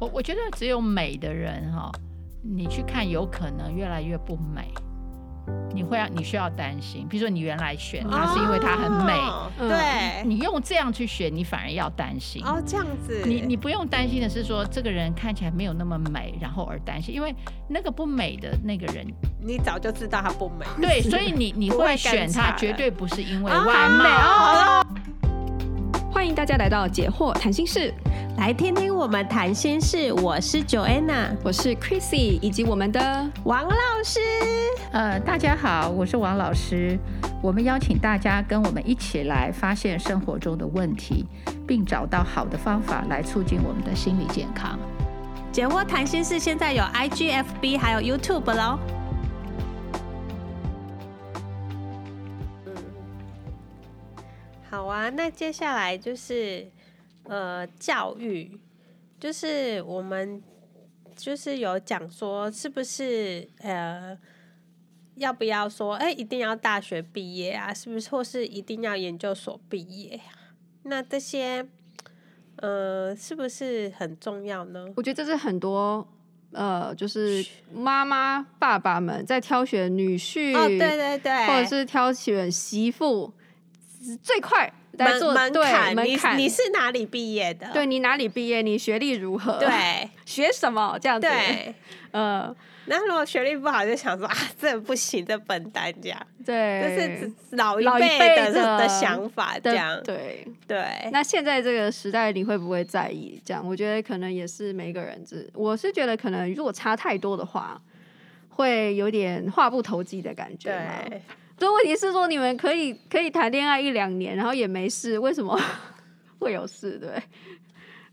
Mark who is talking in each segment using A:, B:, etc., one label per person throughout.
A: 我我觉得只有美的人哈、你去看有可能越来越不美，你会要你需要担心。比如说你原来选它是因为它很美，
B: 哦
C: 嗯
B: 对，
A: 你用这样去选，你反而要担心。
B: 哦这样子，
A: 你你不用担心的是说这个人看起来没有那么美，然后而担心，因为那个不美的那个人，
B: 你早就知道它不美，
A: 对，所以你你
B: 不会
A: 会
B: 观
A: 选
B: 察
A: 他，
B: 了
A: 绝对不是因为
B: 啊
A: 外貌。
C: 欢迎大家来到解惑谈心室，
D: 来听听我们谈心事。我是 Joanna
C: 我是 Chrissy，以及我们的
D: 王老师，
A: 呃，大家好，我是王老师。我们邀请大家跟我们一起来发现生活中的问题，并找到好的方法来促进我们的心理健康。
D: 解惑谈心事现在有 IGFB 还有 YouTube 喽。
B: 嗯好啊，那接下来就是呃教育，就是我们就是有讲说，是不是呃要不要说，哎、一定要大学毕业啊？是不是，或是一定要研究所毕业啊？那这些呃是不是很重要呢？
C: 我觉得这是很多呃，就是妈妈爸爸们在挑选女婿，
B: 哦，对对对，
C: 或者是挑选媳妇最快来
B: 门
C: 做
B: 门
C: 对
B: 槛，
C: 门槛，
B: 你你是哪里毕业的？
C: 对你哪里毕业，你学历如何，
B: 对
C: 学什么这样子，
B: 对。
C: 呃，
B: 那如果学历不好，就想说啊，这不行，这笨蛋这样。
C: 对，
B: 这是老一
C: 老一
B: 辈
C: 辈
B: 的
C: 的
B: 的想法，这
C: 的
B: 样
C: 对。
D: 哎
B: 对，
C: 那现在这个时代，你会不会在意？这样，我觉得可能也是每个人之，我是觉得可能如果差太多的话，会有点话不投机的感觉嘛。
B: 对，
C: 所以问题是说，你们可以可以谈恋爱一两年，然后也没事，为什么 会有事？对，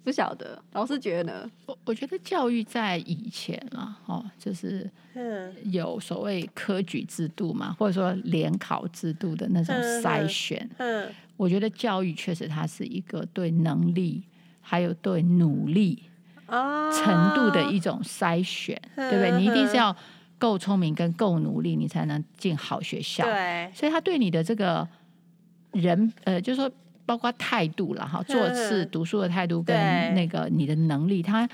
C: 不晓得，老师觉得呢？
A: 我我觉得教育在以前啊，哦，就是
B: 嗯，
A: 有所谓科举制度嘛，或者说联考制度的那种
B: 嗯嗯
A: 筛选。
B: 嗯，
A: 我觉得教育确实它是一个对能力还有对努力
B: 哦，
A: 程度的一种筛选，对不对？你一定是要够聪明跟够努力，你才能进好学校。
B: 对，
A: 所以他对你的这个人，呃，就是说包括态度了哈，做事、
B: 嗯
A: 读书的态度跟
B: 对
A: 那个你的能力，他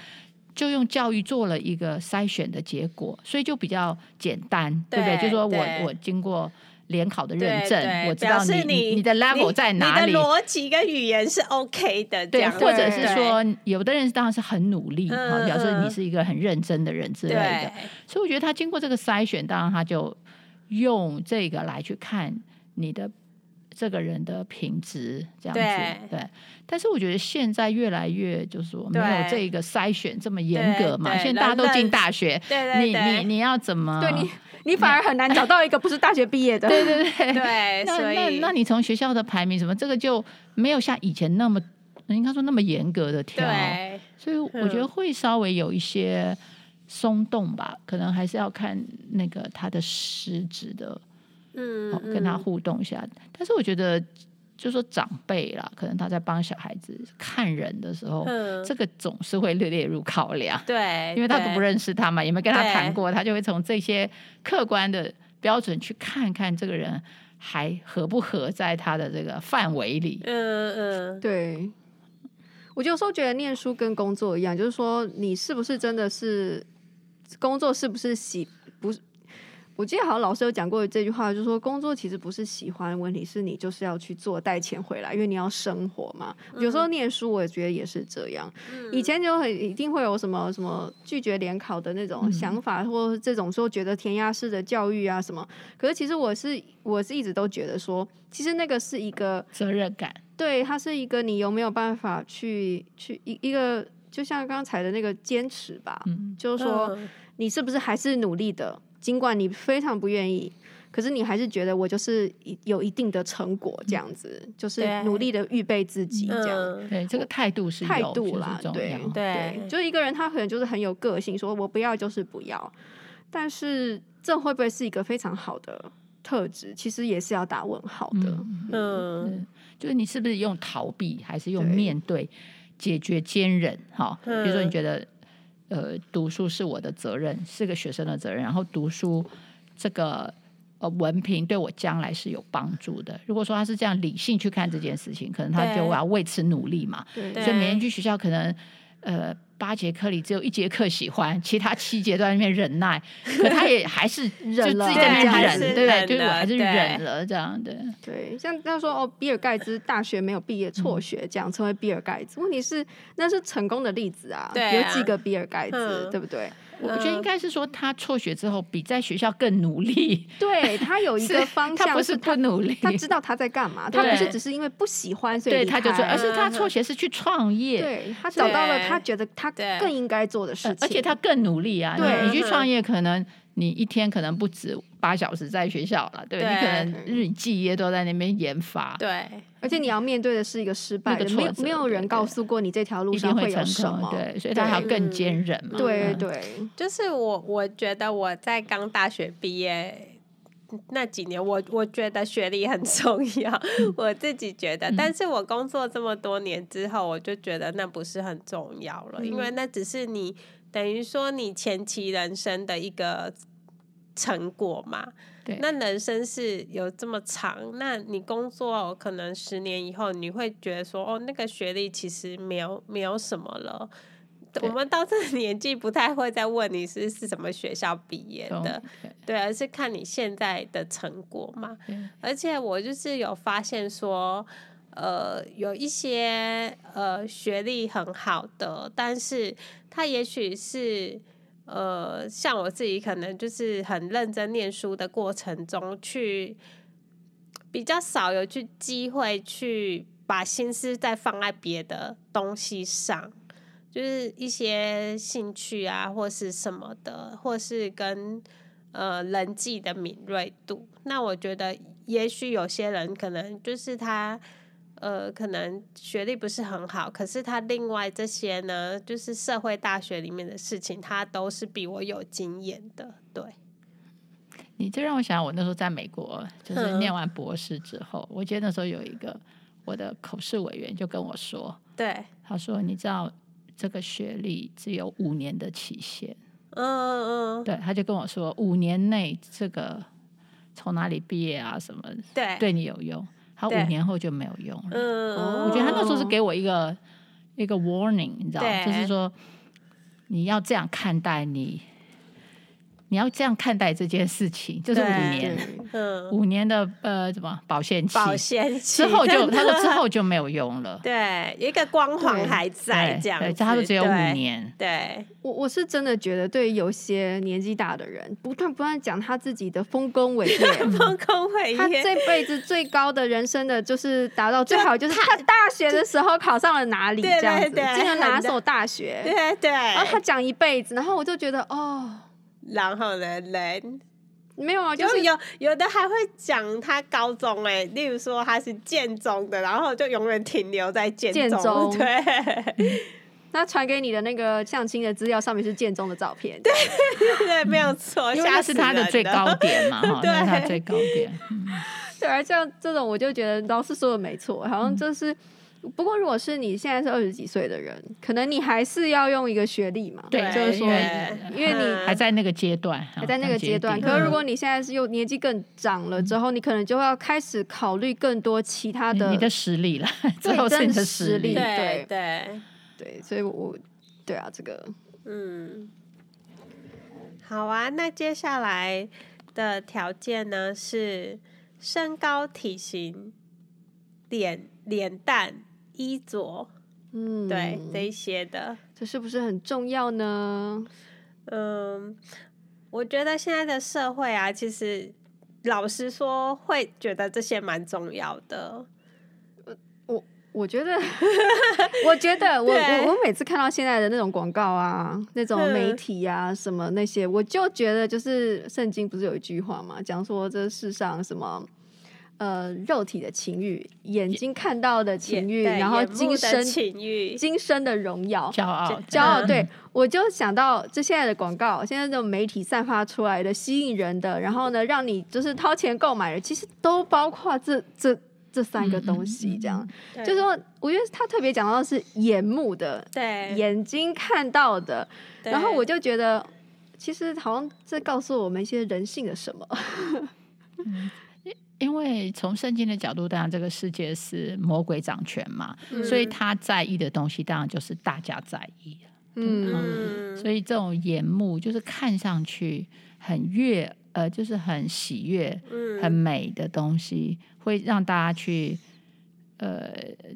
A: 就用教育做了一个筛选的结果，所以就比较简单，对不对？
B: 对
A: 就说我
B: 对
A: 我经过。联考的认
B: 对
A: 证
B: 对，
A: 我知
B: 表
A: 道
B: 示
A: 你
B: 你
A: 你的 level 在哪
B: 你
A: 里
B: 的，逻辑跟语言是 OK 的，这
A: 对，
B: 样
A: 或者
C: 对
A: 是
C: 对
A: 说，有的人当然是很努力，
B: 嗯
A: 好，表示
B: 嗯
A: 你是一个很认真的人之类的
B: 对。，
A: 所以我觉得他经过这个筛选，当然他就用这个来去看你的这个人的品质，这样子
B: 对
A: 对。但是我觉得现在越来越就是说没有这
B: 对
A: 个筛选这么严格嘛，
B: 对对
A: 现在大家都
B: 人
A: 进
B: 人
A: 大学，
B: 对
A: 你
B: 对
A: 你
B: 对
A: 你要怎么？
C: 对你，你反而很难找到一个不是大学毕业的。
A: 对对 对。
B: 对，
A: 那
B: 所
A: 那
B: 以
A: 那你从学校的排名什么，这个就没有像以前那么应该说那么严格的挑。
B: 对
A: 所以我觉
B: 嗯
A: 得会稍微有一些松动吧，可能还是要看那个他的实质的，
B: 嗯
A: 哦，跟他互动一下。但是我觉得，就说长辈啦，可能他在帮小孩子看人的时候，
B: 嗯
A: 这个总是会列列入考量，
B: 对，
A: 因为他
B: 对
A: 都不认识他嘛，也没跟他
B: 对
A: 谈过，他就会从这些客观的标准去看看这个人还合不合在他的这个范围里。
B: 嗯嗯
C: 对，我就有时候觉得念书跟工作一样，就是说你是不是真的是工作是不是喜不是？我记得好像老师有讲过这句话，就是说工作其实不是喜欢的问题，是你就是要去做带钱回来，因为你要生活嘛。有时候念书，我也觉得也是这样。以前就很一定会有什么什么拒绝联考的那种想法，或是这种说觉得填鸭式的教育啊什么。可是其实我是我是一直都觉得说，其实那个是一个
A: 责任感，
C: 对，它是一个你有没有办法去去一一个，就像刚才的那个坚持吧，
A: 嗯，
C: 就是说
B: 嗯
C: 你是不是还是努力的，尽管你非常不愿意，可是你还是觉得我就是一有一定的成果这样子，就是
B: 对
C: 努力的预备自己这样。
B: 嗯
A: 对，这个态度是有
C: 态度啦
A: 就是重
C: 对
A: 要
B: 对
C: 对，就一个人他可能就是很有个性，说我不要就是不要，但是这会不会是一个非常好的特质？其实也是要打问号的。
A: 嗯
B: 嗯
A: 嗯，就是你是不是用逃避，还是用
C: 对
A: 面对、解决、坚忍？哈，比如说你
B: 嗯
A: 觉得，呃，读书是我的责任，是个学生的责任，然后读书这个呃文凭对我将来是有帮助的。如果说他是这样理性去看这件事情，可能他就
B: 对
A: 要为此努力嘛。
C: 对
A: 所以每天去学校可能。呃八节课里只有一节课喜欢，其他七节都在那边忍耐，可他也还是就
C: 忍了
A: 自己在那
D: 对还
A: 边
D: 是
A: 忍，对不对？
D: 忍
A: 就是我
D: 了
A: 还是
D: 对
A: 忍了这样对。
C: 对，像他说哦，比尔盖茨大学没有毕业
A: 嗯
C: 辍学，这样成为比尔盖茨，问题是那是成功的例子啊，
D: 对啊
C: 有几个比尔盖茨，
D: 嗯
C: 对不对？
A: 我我觉得应该是说他辍学之后比在学校更努力，
C: 对他有一个
A: 是
C: 方
A: 他不
C: 向
A: 是
C: 嗯他
A: 不努力，
C: 他知道他在干嘛，他不是
A: 对
C: 只是因为不喜欢所以
A: 对
C: 离
A: 他就
C: 开
A: 说，而是他
D: 嗯
A: 辍学是去创业，
C: 对他找到了
D: 对
C: 他觉得他
D: 对
C: 更应该做的事
A: 呃
C: 情，
A: 而且他更努力啊！你
C: 对
A: 你去
D: 嗯
A: 创业，可能你一天可能不止八小时在学校了，对
D: 对
A: 你可能日以继夜都在那边研发，
D: 对，
C: 而且你要面对的是一个失败
A: 那个
C: 的，
A: 挫
C: 没有
A: 折
C: 没有
A: 对
C: 人
A: 对
C: 告诉过你这条路
A: 一
C: 上
A: 定会
C: 有
A: 成
C: 什
A: 功
C: 么，，
A: 对，所以他还要
C: 对
A: 更坚韧嘛。
C: 对
A: 嗯，
C: 对
D: 就是我我觉得我在刚大学毕业。那几年，我我觉得学历很重要，我自己觉得。但
A: 嗯
D: 是我工作这么多年之后，我就觉得那不是很重要了，因
A: 嗯
D: 为那只是你等于说你前期人生的一个成果嘛。
A: 对
D: 那人生是有这么长，那你工作可能十年以后，你会觉得说，哦，那个学历其实没有没有什么了。
A: 对
D: 我们到这个年纪，不太会再问你是是什么学校毕业
A: 懂
D: 的，
A: 对
D: 对，而是看你现在的成果嘛。
A: 对
D: 而且我就是有发现说，呃，有一些呃学历很好的，但是他也许是呃，像我自己可能就是很认真念书的过程中去，比较少有去机会去把心思再放在别的东西上。就是一些兴趣啊，或是什么的，或是跟呃人际的敏锐度。那我觉得，也许有些人可能就是他呃，可能学历不是很好，可是他另外这些呢，就是社会大学里面的事情，他都是比我有经验的。对，
A: 你这让我想，我那时候在美国，就是
D: 嗯
A: 念完博士之后，我记得那时候有一个我的口试委员就跟我说，
D: 对，
A: 他说：“你知道这个学历只有五年的期限。”
D: 嗯嗯，嗯
A: 对，他就跟我说，五年内这个从哪里毕业啊什么，
D: 对，
A: 对你有用。他
D: 对
A: 五年后就没有用了。
D: 嗯，
A: 我
D: 嗯
A: 觉得他那时候是
C: 哦
A: 给我一个一个 warning，你知道吗，
D: 对
A: 就是说你要这样看待你，你要这样看待这件事情，就是五
D: 对
A: 年，
C: 对
D: 嗯，
A: 五年的呃什么保鲜期
D: 保鲜期
A: 之后就
D: 真
A: 他说
D: 的
A: 之后就没有用了。
D: 对，一个光环
C: 对
D: 还在
A: 对
D: 这样
A: 对，
D: 子，
A: 他说只有五
D: 对，
A: 年。
D: 对，
C: 我我是真的觉得，对于有些年纪大的人，不断不断讲他自己的丰功伟 业，
D: 丰功伟
C: 他
D: 业，
C: 这辈子最高的人生的就是达到最好，就是他大学的时候考上了哪里
D: 对对
C: 这样子，
D: 对
C: 进了哪
D: 很的
C: 所大学，
D: 对对，
C: 然后他讲一辈子，然后我就觉得哦，
D: 然后呢，人
C: 没有啊，
D: 就
C: 就是
D: 是有有的还会讲他高中哎、例如说他是建中的，然后就永远停留在建
C: 建中
D: 对，
C: 他传给你的那个相亲的资料上面是建中的照片，对，
D: 对，没有
C: 哦
D: 错，
A: 因为那
D: 吓
A: 是
D: 死
A: 他的
D: 人
A: 最高点 嘛，哈，那是他
D: 对
A: 最高点。
C: 对啊，像这种我就觉得老师说的没错，好像就是。不过，如果是你现在是二十几岁的人，可能你还是要用一个学历嘛，
A: 对
C: 就是
A: 因
C: 说，
A: 为
C: 因为你
A: 还在那个阶段，
C: 还
A: 啊
C: 在那个阶段。
A: 阶
C: 可是如果
D: 嗯
C: 你现在是又年纪更长了之后，你可能就要开始考虑更多其他
A: 嗯你
C: 的
A: 你的实力了，最
C: 对
A: 后是
C: 真
A: 你
C: 的
A: 的
C: 实
A: 实
C: 力
A: 力。
D: 对
C: 对
D: 对，
C: 对，所以我我对啊，这个
D: 嗯，好啊，那接下来的条件呢是身高、体型、脸、脸蛋、衣着，
C: 嗯，
D: 对、这一些的，
C: 这是不是很重要呢？
D: 嗯，我觉得现在的社会啊，其实老实说，会觉得这些蛮重要的。
C: 我觉 得，我觉得我
D: 对
C: 我我每次看到现在的那种广告啊，那种
D: 嗯
C: 媒体啊，什么那些，我就觉得就是圣经不是有一句话嘛，讲说这世上什么。呃，肉体的情欲，眼睛看到的情欲，
D: 也对
C: 然后
D: 眼目
C: 今
D: 的
C: 生
D: 情欲，
C: 今生的荣耀，
A: 骄傲，
C: 骄傲，
A: 嗯
C: 对，我就想到这现在的广告，现在这种媒体散发出来的吸引人的，然后呢，让你就是掏钱购买的，其实都包括这这这三个东西，这样。
D: 对
C: 就是说，我觉得他特别讲到的是眼目的，
D: 对，
C: 眼睛看到的，
D: 对
C: 然后我就觉得，其实好像这告诉我们一些人性的什么，
A: 因为从圣经的角度，当然这个世界是魔鬼掌权嘛，
B: 嗯
A: 所以他在意的东西，当然就是大家在意。
C: 嗯，
B: 嗯，
A: 所以这种眼目，就是看上去很悦，呃，就是很喜悦、
B: 嗯
A: 很美的东西，会让大家去呃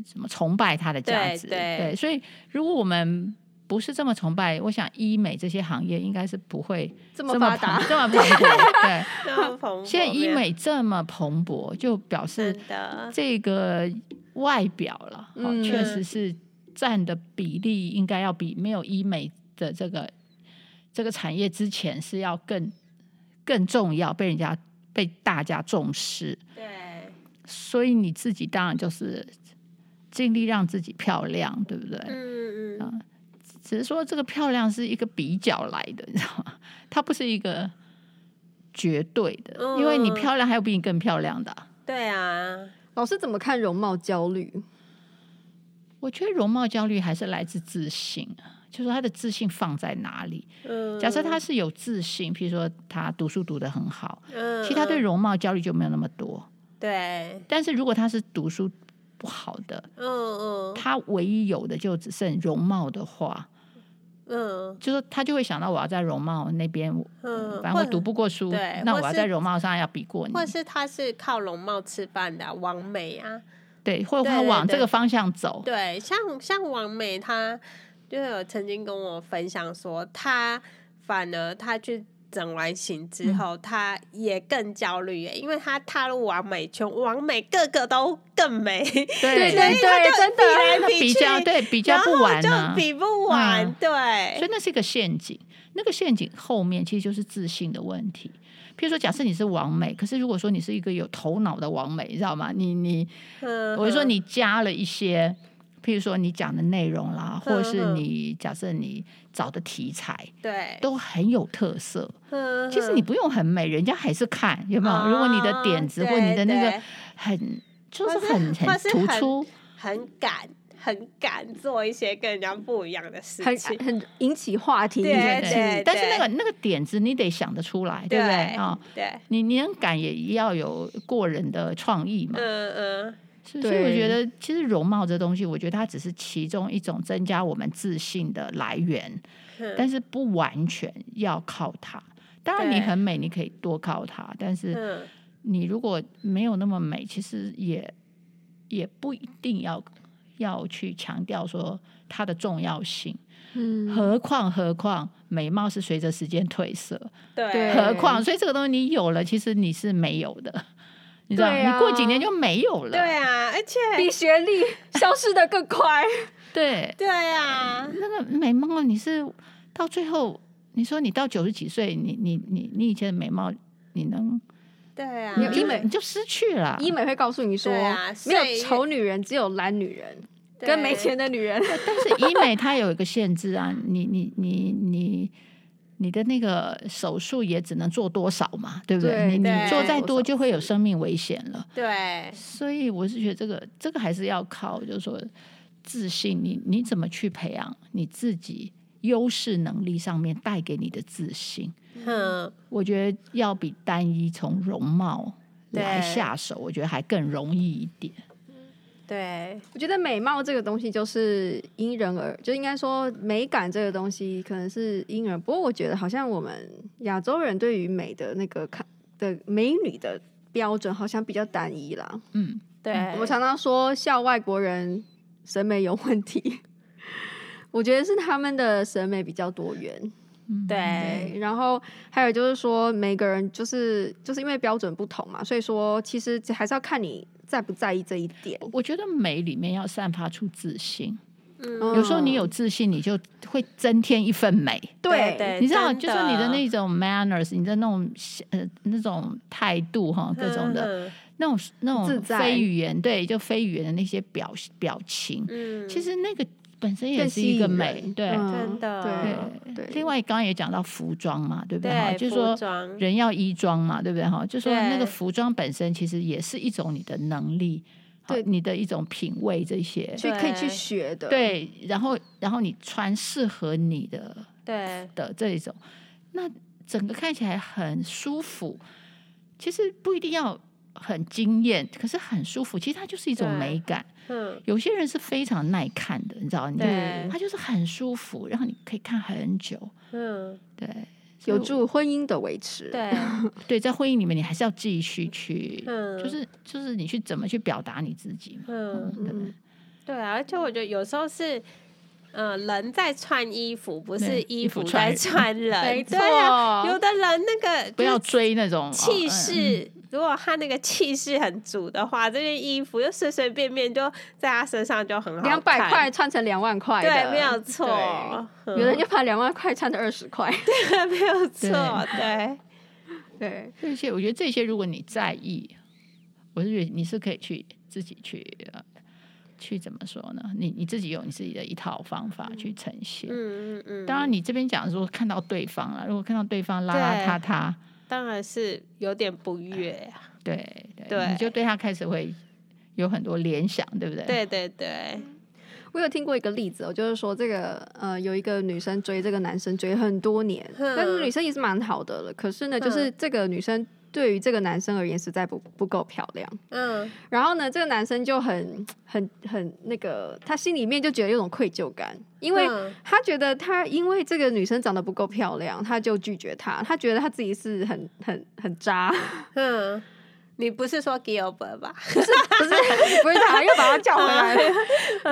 A: 什么崇拜它的价
B: 对
A: 值。
B: 对
A: 所以如果我们不是这么崇拜，我想医美这些行业应该是不会这
C: 这么发达
A: 蓬，这么蓬勃。对，
B: 那彭
A: 现在
B: 博
A: 医
B: 面
A: 美这么蓬勃，就表示
B: 真的，
A: 这个外表了，哦
C: 嗯
A: 确实是占的比例应该要比没有医美的这个这个产业之前是要更更重要，被人家被大家重视。
B: 对，
A: 所以你自己当然就是尽力让自己漂亮，对不对？
B: 嗯嗯
A: 只是说这个漂亮是一个比较来的， 你知道吗？它不是一个绝对的，因为你
B: 嗯
A: 漂亮还有比你更漂亮的啊、
B: 嗯，对啊，
C: 老师怎么看容貌焦虑？
A: 我觉得容貌焦虑还是来自自信啊，就是他的自信放在哪里。
B: 嗯，
A: 假设他是有自信，譬如说他读书读得很好，
B: 嗯，
A: 其实他对
B: 嗯
A: 容貌焦虑就没有那么多。
B: 对，
A: 但是如果他是读书不好的，
B: 嗯嗯
A: 他唯一有的就只剩容貌的话，
B: 嗯
A: 就是他就会想到我要在容貌那边，
B: 嗯，
A: 反正我
B: 或
A: 读不过书
B: 对，
A: 那
B: 或
A: 我要
B: 是
A: 在容貌上要比过你
B: 或，是他是靠容貌吃饭的啊王美啊，
A: 对，或
B: 对
A: 他
B: 对
A: 往
B: 对
A: 这个方向走，
B: 对，像像王美她就有曾经跟我分享说，她反而她去整完形
A: 嗯
B: 之后，她也更焦虑耶，因为她踏入完美圈，完美个个都更美，
A: 对
B: 所以她就
C: 真的
B: 比来
A: 那
B: 比
A: 比
B: 去，
A: 较对比
B: 比
A: 较不完
B: 就
A: 呢、
B: 比不完，
A: 嗯所
B: 对，
A: 以那是一个陷阱。那个陷阱后面其实就是自信的问题。譬如说，假设你是王美，可是如果说你是一个有头脑的王美，你知道吗？你你，
B: 嗯
A: 我就说你加了一些，譬如说你讲的内容啦，
B: 嗯
A: 或者是你假设你找的题材
B: 对，
A: 都很有特色。
B: 嗯
A: 其实你不用很美，人家还是看有没有？如果你的点子
B: 啊
A: 或你的那
B: 对
A: 个
B: 对
A: 很就是
B: 或是
A: 很
B: 或
A: 很
B: 是
A: 突
B: 很
A: 出，
B: 很敢。很敢做一些跟人家不一样的事
C: 很
B: 情，
C: 很引起话题，
B: 对
C: 引
A: 对
C: 起
B: 对
A: 但是那个那个点子你得想得出来，对不对啊？
B: 对，
A: 你你能敢也要有过人的创意嘛？
B: 嗯嗯，
A: 是所以我
C: 对
A: 觉得，其实容貌这东西，我觉得它只是其中一种增加我们自信的来源，
B: 嗯
A: 但是不完全要靠它。当然，你
B: 对
A: 很美，你可以多靠它，但是
B: 嗯
A: 你如果没有那么美，其实也也不一定要要去强调说它的重要性。
C: 嗯，
A: 何况何况，美貌是随着时间褪色，
B: 对
C: 对
A: 何况，所以这个东西你有了，其实你是没有的，你知道吗，
C: 对啊
A: 你过几年就没有了。
B: 对啊，而且
C: 比学历消失的更快。
A: 对
B: 对啊，
A: 那个美貌你是到最后，你说你到九十几岁，你你你你以前的美貌，你能
B: 对啊，
C: 没有
A: 你
C: 医美
A: 你就失去了。
C: 医美会告诉你说，
B: 对啊
C: 没有
B: 所以
C: 丑女人，只有懒女人
B: 对
C: 跟没钱的女人。
A: 但是医美它有一个限制啊，你你你你你的那个手术也只能做多少嘛，对不
C: 对
A: 你你
B: 对
A: 做再
C: 多
A: 多
C: 少
A: 就会有生命危险了。
B: 对
A: 所以我是觉得这个这个还是要靠，就是说自信，你你怎么去培养你自己优势能力上面带给你的自信？
B: 嗯
A: 我觉得要比单一从容貌来
B: 对
A: 下手，我觉得还更容易一点。
B: 对
C: 我觉得美貌这个东西就是因人而，就应该说美感这个东西可能是因人。不过我觉得好像我们亚洲人对于美的那个看的美女的标准好像比较单一啦。
A: 嗯，
B: 对，
C: 我们常常说笑外国人审美有问题， 我觉得是他们的审美比较多元。
A: 嗯
B: 对
C: 对，然后还有就是说，每个人就是就是因为标准不同嘛，所以说其实还是要看你在不在意这一点。
A: 我觉得美里面要散发出自信，
B: 嗯
A: 有时候你有自信，你就会增添一份美。
B: 对
C: 嗯对
B: 对，
A: 你知道，
B: 哎真
A: 就是你的那种 manners，你的那种呃那种态度哈，各种的，
B: 的，
A: 那种那
C: 自
A: 种
C: 在
A: 非语言，对，就非语言的那些表表情，
B: 嗯，
A: 其实那个本身也
C: 更
A: 是
C: 吸
A: 一
C: 引
A: 个
C: 人
A: 美，对、
C: 嗯
B: 真的
A: 对
C: 对
A: 另外，刚刚也讲到服装嘛，对不对？哈
B: 对，
A: 就
B: 服
A: 说
B: 装
A: 人要衣装嘛，对不对？哈，就说那
B: 对
A: 个服装本身其实也是一种你的能力，好
C: 对
A: 你的一种品味这些，
C: 去可以去
B: 对
C: 学的。，
A: 对，然后然后你穿适合你的
B: 对
A: 的这一种，那整个看起来很舒服。其实不一定要很惊艳，可是很舒服。其实它就是一种
B: 对
A: 美感。
B: 嗯，
A: 有些人是非常耐看的，你知道，你
B: 对
A: 它就是很舒服，然后你可以看很久。
B: 嗯，
A: 对，所以
C: 有
A: 我
C: 助婚姻的维持。
B: 对，
A: 对，在婚姻里面你还是要继续去，
B: 嗯，
A: 就是就是你去怎么去表达你自己嘛。
B: 嗯，
A: 嗯
C: 嗯，
B: 对啊，而且我觉得有时候是。呃，人在穿衣服，不是
A: 对衣
B: 衣
A: 服
B: 服
A: 穿人
B: 在穿人。
A: 没
B: 对啊，
A: 错
B: 有的人那个
A: 不
B: 就
A: 要
B: 是
A: 追那种
B: 气。
A: 哦嗯
B: 势，如果他那个气势很足的话，这件衣服又随随便便就在他身上就很好看，
C: 两百块穿成两万块的，
B: 对，没有错，嗯
C: 有人就把两万块穿成二十块。
B: 没有错，对，
C: 对，
A: 这些我觉得这些，如果你在意，我是觉得你是可以去自己去呃去怎么说呢？你你自己有你自己的一套方法去呈现。
B: 嗯嗯嗯，
A: 当然，你这边讲说看到对方了，如果看到对方邋邋遢遢，
B: 当然是有点不悦啊，
A: 对对
B: 对
A: 你就对他开始会有很多联想，对不对？
B: 对对对，
C: 我有听过一个例子哦，就是说这个呃，有一个女生追这个男生追很多年，
B: 嗯
C: 但是女生也是蛮好的了，可是呢，
B: 嗯
C: 就是这个女生对于这个男生而言实在不不够漂亮。
B: 嗯
C: 然后呢，这个男生就很很很那个，他心里面就觉得有种愧疚感，因为
B: 嗯
C: 他觉得他因为这个女生长得不够漂亮，他就拒绝她，他觉得他自己是很很很渣，
B: 嗯，你不是说 Gilbert 吧？
C: 不是不是他，又把他叫回来了，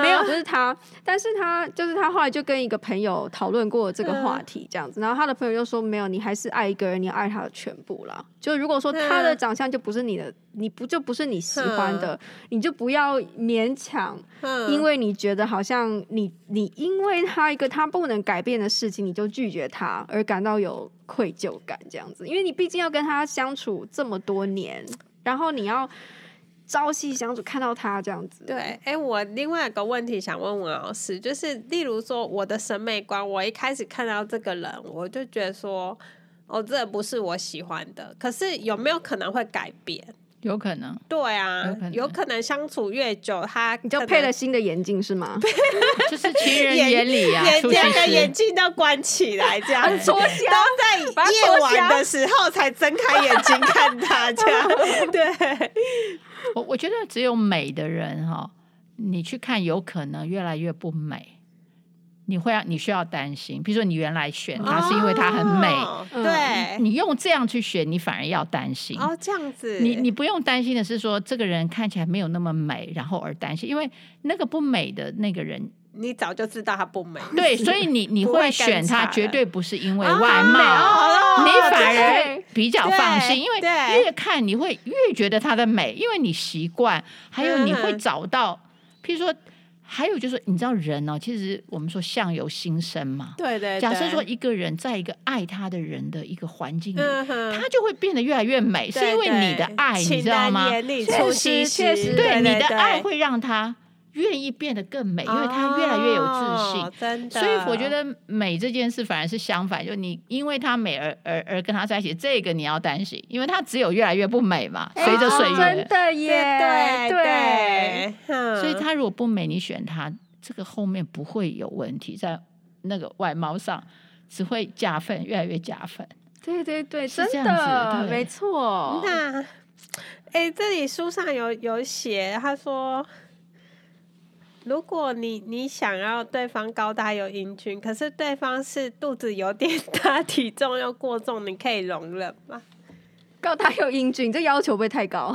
C: 没有，不是他，但是他就是他后来就跟一个朋友讨论过这个话题这样子，然后他的朋友就说没有，你还是爱一个人，你要爱他的全部啦。就如果说他的
B: 嗯
C: 长相就不是你的，你不就不是你喜欢的，你就不要勉强。
B: 嗯，
C: 因为你觉得好像你你因为他一个他不能改变的事情，你就拒绝他而感到有愧疚感这样子，因为你毕竟要跟他相处这么多年，然后你要朝夕相处，看到他这样子，
B: 对，，哎、我另外有个问题想问文老师，就是例如说我的审美观，我一开始看到这个人，我就觉得说，哦，这不是我喜欢的。可是有没有可能会改变？
A: 有可能。
B: 对啊，有
A: 有
B: 可
A: 可
B: 能
A: 能
B: 相处越久，他
C: 你就
B: 可
C: 配
B: 能
C: 了新的眼镜是吗？
A: 就是情人
B: 眼
A: 眼里啊，
B: 眼
A: 出西
B: 睛的眼
A: 施。
B: 睛都关起来， 这样子。
C: 戳瞎，
B: 都在夜晚的时候才睁开眼睛 看他，这样对，
A: 我我觉得只有美的人哈、你去看有可能越来越不美，你会要你需要担心。比如说你原来选她是因为她很美，
B: 哦
C: 嗯
B: 对，
A: 你用这样去选，你反而要担心。
B: 哦，这样子，
A: 你你不用担心的是说这个人看起来没有那么美，然后而担心，因为那个不美的那个人，
B: 你早就知道他不美，
A: 对，所以你你
B: 不会
A: 会选他，
B: 观察的
A: 绝对不是因为
B: 啊
A: 外貌。
B: 哦
A: 你反而
C: 对
A: 比较放心，
B: 对
A: 因为
B: 对
A: 越看你会越觉得它的美，因为你习惯，还有你会找到，譬如说，还有就是你知道人哦，其实我们说相由心生嘛。
B: 对对，
A: 假设
B: 对
A: 说一个人在一个爱他的人的一个环境里，
B: 嗯哼
A: 他就会变得越来越美，是因为你的爱，你知道吗？
B: 确
C: 确实确实
A: 对
B: 对
A: 你的爱，会让他愿意变得更美，因为他越来越有自信。
B: 哦真的。
A: 所以我觉得美这件事反而是相反，就你因为她美而而而跟她在一起，这个你要担心，因为她只有越来越不美嘛，随着岁
C: 哎真
A: 月。
C: 的
B: 对
C: 耶，
B: 对，嗯
A: 所以
B: 所
A: 她如果不美，你选她，这个后面不会有问题，在那个外貌上只会加分，越来越加分。
C: 对对对，
A: 是
C: 真
A: 这样子
C: 的，
A: 对
C: 没错，
B: 那哎，这里书上有有写，他说。如果你你想要对方高大有英俊，可是对方是肚子有点大、 体重又过重，你可以容忍吗？
C: 高大又英俊，这要求会不会太高？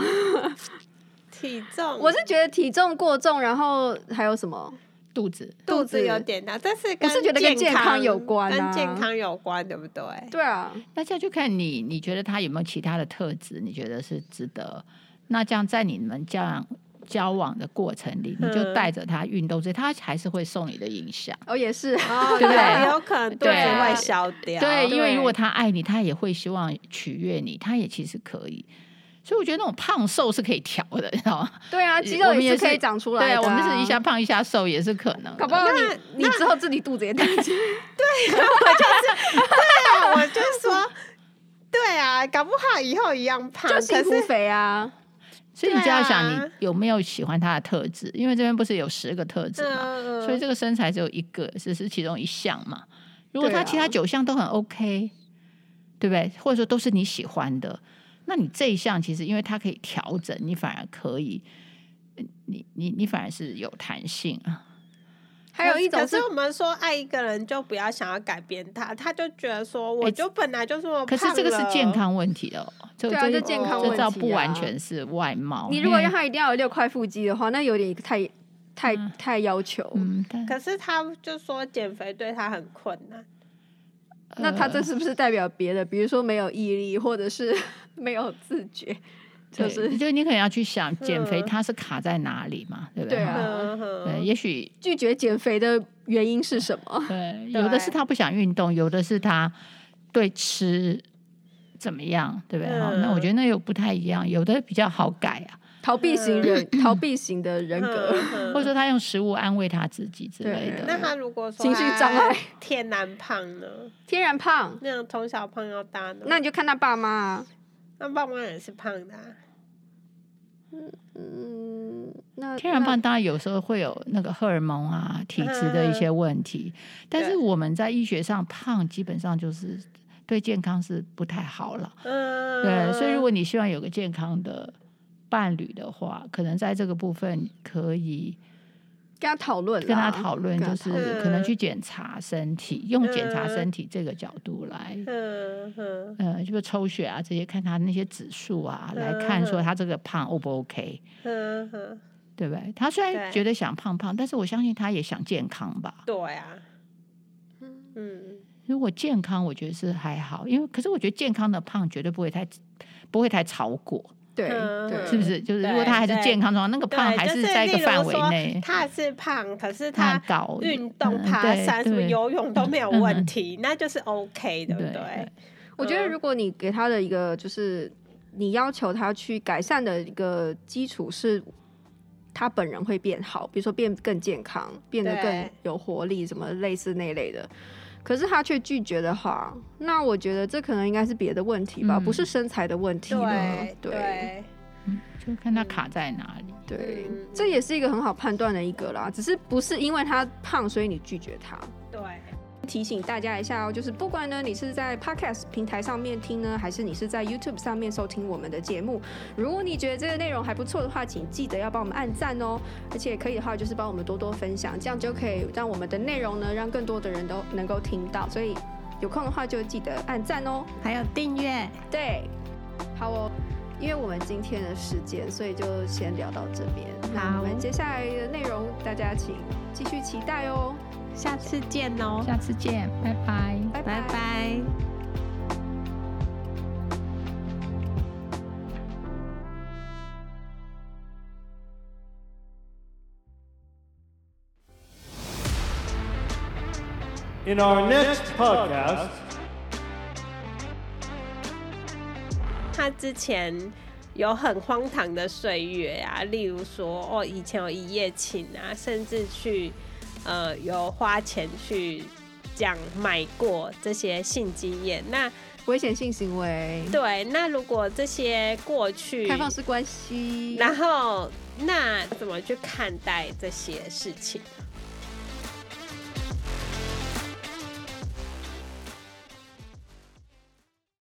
B: 体 重
C: 我是觉得体重过重，然后还有什么？
A: 肚子
B: 肚
C: 肚
B: 子
C: 子
B: 有点大，但是
C: 我是觉得跟
B: 健
C: 健康有关啊
B: 跟健康有关，对不对？
C: 对啊，
A: 那这样就看你，你觉得她有没有其他的特质？你觉得是值得？那这样在你们这样交往的过程里，你就
B: 嗯
A: 带着她运动，所以她还是会受你的影响。
C: 哦也是，
B: 哦，
A: 对不啊哎对
B: 有可能肚子
A: 对
B: 会消掉。
A: 对，因为
C: 对
A: 如果他爱你，他也会希望取悦你，他也其实可以。所以我觉得那种胖瘦是可以调的，你知道吗？
C: 对啊，肌肉
A: 我们
C: 也
A: 也
C: 是可以
A: 是
C: 长出来
A: 对
C: 的、
A: 啊，我们就是一下，胖一下瘦也是可能的。
C: 搞不好你你之后自己肚 子也大。
B: 那我就说，对啊，搞不好以后一样胖，
C: 就
B: 可
C: 幸福
B: 是
C: 肥啊，
A: 所以你就要想
B: 对啊
A: 你有没有喜欢他的特质，因为这边不是有十个特质嘛，
B: 嗯，
A: 所以这个身材只有一个，只是其中一项嘛。如果
C: 对啊
A: 他其他九项都很 OK，对不对？或者说都是你喜欢的，那你这一项其实因为它可以调整，你反而可以，呃你你你反而是有弹性啊。
C: 还有一种
B: 可
C: 是
B: 是我们说爱一个人就不要想要改变他，他就觉得说我就本来就这么
A: 可
B: 胖
A: 是这个是
B: 了
A: 健，康问题的哦，这
C: 对啊
A: 这
C: 这健康
A: 这
C: 问
A: 倒
C: 题
A: 不完
C: 啊
A: 全是外貌。嗯
C: 你如果
A: 因为
C: 让他一定要有六块腹肌的话，那有点太太太要求。
A: 嗯，但
B: 可是他就说减肥对他很困难。
C: 那他这
A: 呃
C: 是不是代表别的？比如说没有毅力，或者是 没有自觉，就
A: 对
C: 是
A: 就你可能要去想减肥
B: 嗯
A: 它是卡在哪里嘛，对不
C: 对啊
A: 哈
B: 嗯
A: 对，
B: 哼，
A: 也许
C: 拒绝减肥的原因是什么？
A: 对，有的是他不想运动，有的是他对吃怎么样，对不对？哈、那我觉得那又不太一样，有的比较好改啊，
C: 逃避 型人，逃避型的人格，
A: 或者
B: 嗯哼
A: 说他用食物安慰他自己之类
C: 对
A: 的。
B: 那他如果说
C: 情绪障碍
B: 他天然胖呢？
C: 天然胖。
B: 那样从小胖到大呢？
C: 那你就看他爸妈啊，
B: 那爸妈也是胖的、啊，
C: 嗯，那
A: 天然
C: 那嗯
A: 胖当然有时候会有那个荷尔蒙啊、体质的一些问题，但是
B: 对
A: 我们在医学上胖基本上就是对健康是不太好了。
B: 嗯，
A: 对，所以如果你希望有个健康的伴侣的话，可能在这个部分可以
C: 跟他讨论啦，
A: 跟他讨论，
C: 跟他
A: 就
C: 讨论嗯
A: 是可能去检查身体，用检查身体这个角度来，
B: 嗯哼，
A: 呃，就是抽血啊这些，看他那些指数啊，来看
C: 嗯
A: 说他这个胖 O 不 OK，
B: 嗯哼，
A: 对不对？他虽然
B: 对
A: 觉得想胖胖，但是我相信他也想健康吧。
B: 对啊，嗯，
A: 如果健康，我觉得是还好，因为可是我觉得健康的胖绝对不会太不会太超过，
C: 对
B: 嗯
C: 对，
A: 是不是？就是如果
B: 对
A: 他还是
B: 对
A: 健康的话，那个
B: 对
A: 胖还
B: 就是
A: 在一个
B: 例如
A: 范围
B: 说
A: 内。
B: 他是胖，可是
A: 嗯他
B: 他
A: 很高
B: 运动、
A: 嗯
B: 爬
A: 对
B: 山、什么
A: 对
B: 游泳都没有
A: 嗯
B: 问题，那就是 OK，对不
A: 对
B: 对？
C: 我觉得
B: 嗯
C: 如果你给他的一个就是你要求他去改善的一个基础是，他本人会变好，比如说变更健康，变得更
B: 对
C: 有活力，什么类似那一类的。可是他却拒绝的话，那我觉得这可能应该是别的问题吧，
A: 嗯
C: 不是身材的问题了
B: 对。
C: 对
B: 对，
A: 嗯，就看他卡在哪里。
C: 对
B: 嗯，
C: 这也是一个很好判断的一个啦，只是不是因为他胖所以你拒绝他。
B: 对，
C: 提醒大家一下哦，就是不管呢你是在 Podcast 平台上面听呢，还是你是在 YouTube 上面收听我们的节目，如果你觉得这个内容还不错的话，请记得要帮我们按赞哦，而且可以的话就是帮我们多多分享，这样就可以让我们的内容呢让更多的人都能够听到，所以有空的话就记得按赞哦。
D: 还有订阅。
C: 对，好哦。因为我们今天的时间，所以就先聊到这边。那我们
D: 好
C: 接下来的内容，大家请继续期待哦。
D: 下次见哦，
A: 下次见，拜拜。
C: 拜拜。
D: 拜拜。
E: In our next podcast,
B: 他之前有很荒唐的岁月啊，例如说哦，以前有一夜情啊，甚至去呃有花钱去这样买过这些性经验。那
C: 危险性行为。
B: 对，那如果这些过去
C: 开放式关系，
B: 然后那怎么去看待这些事情？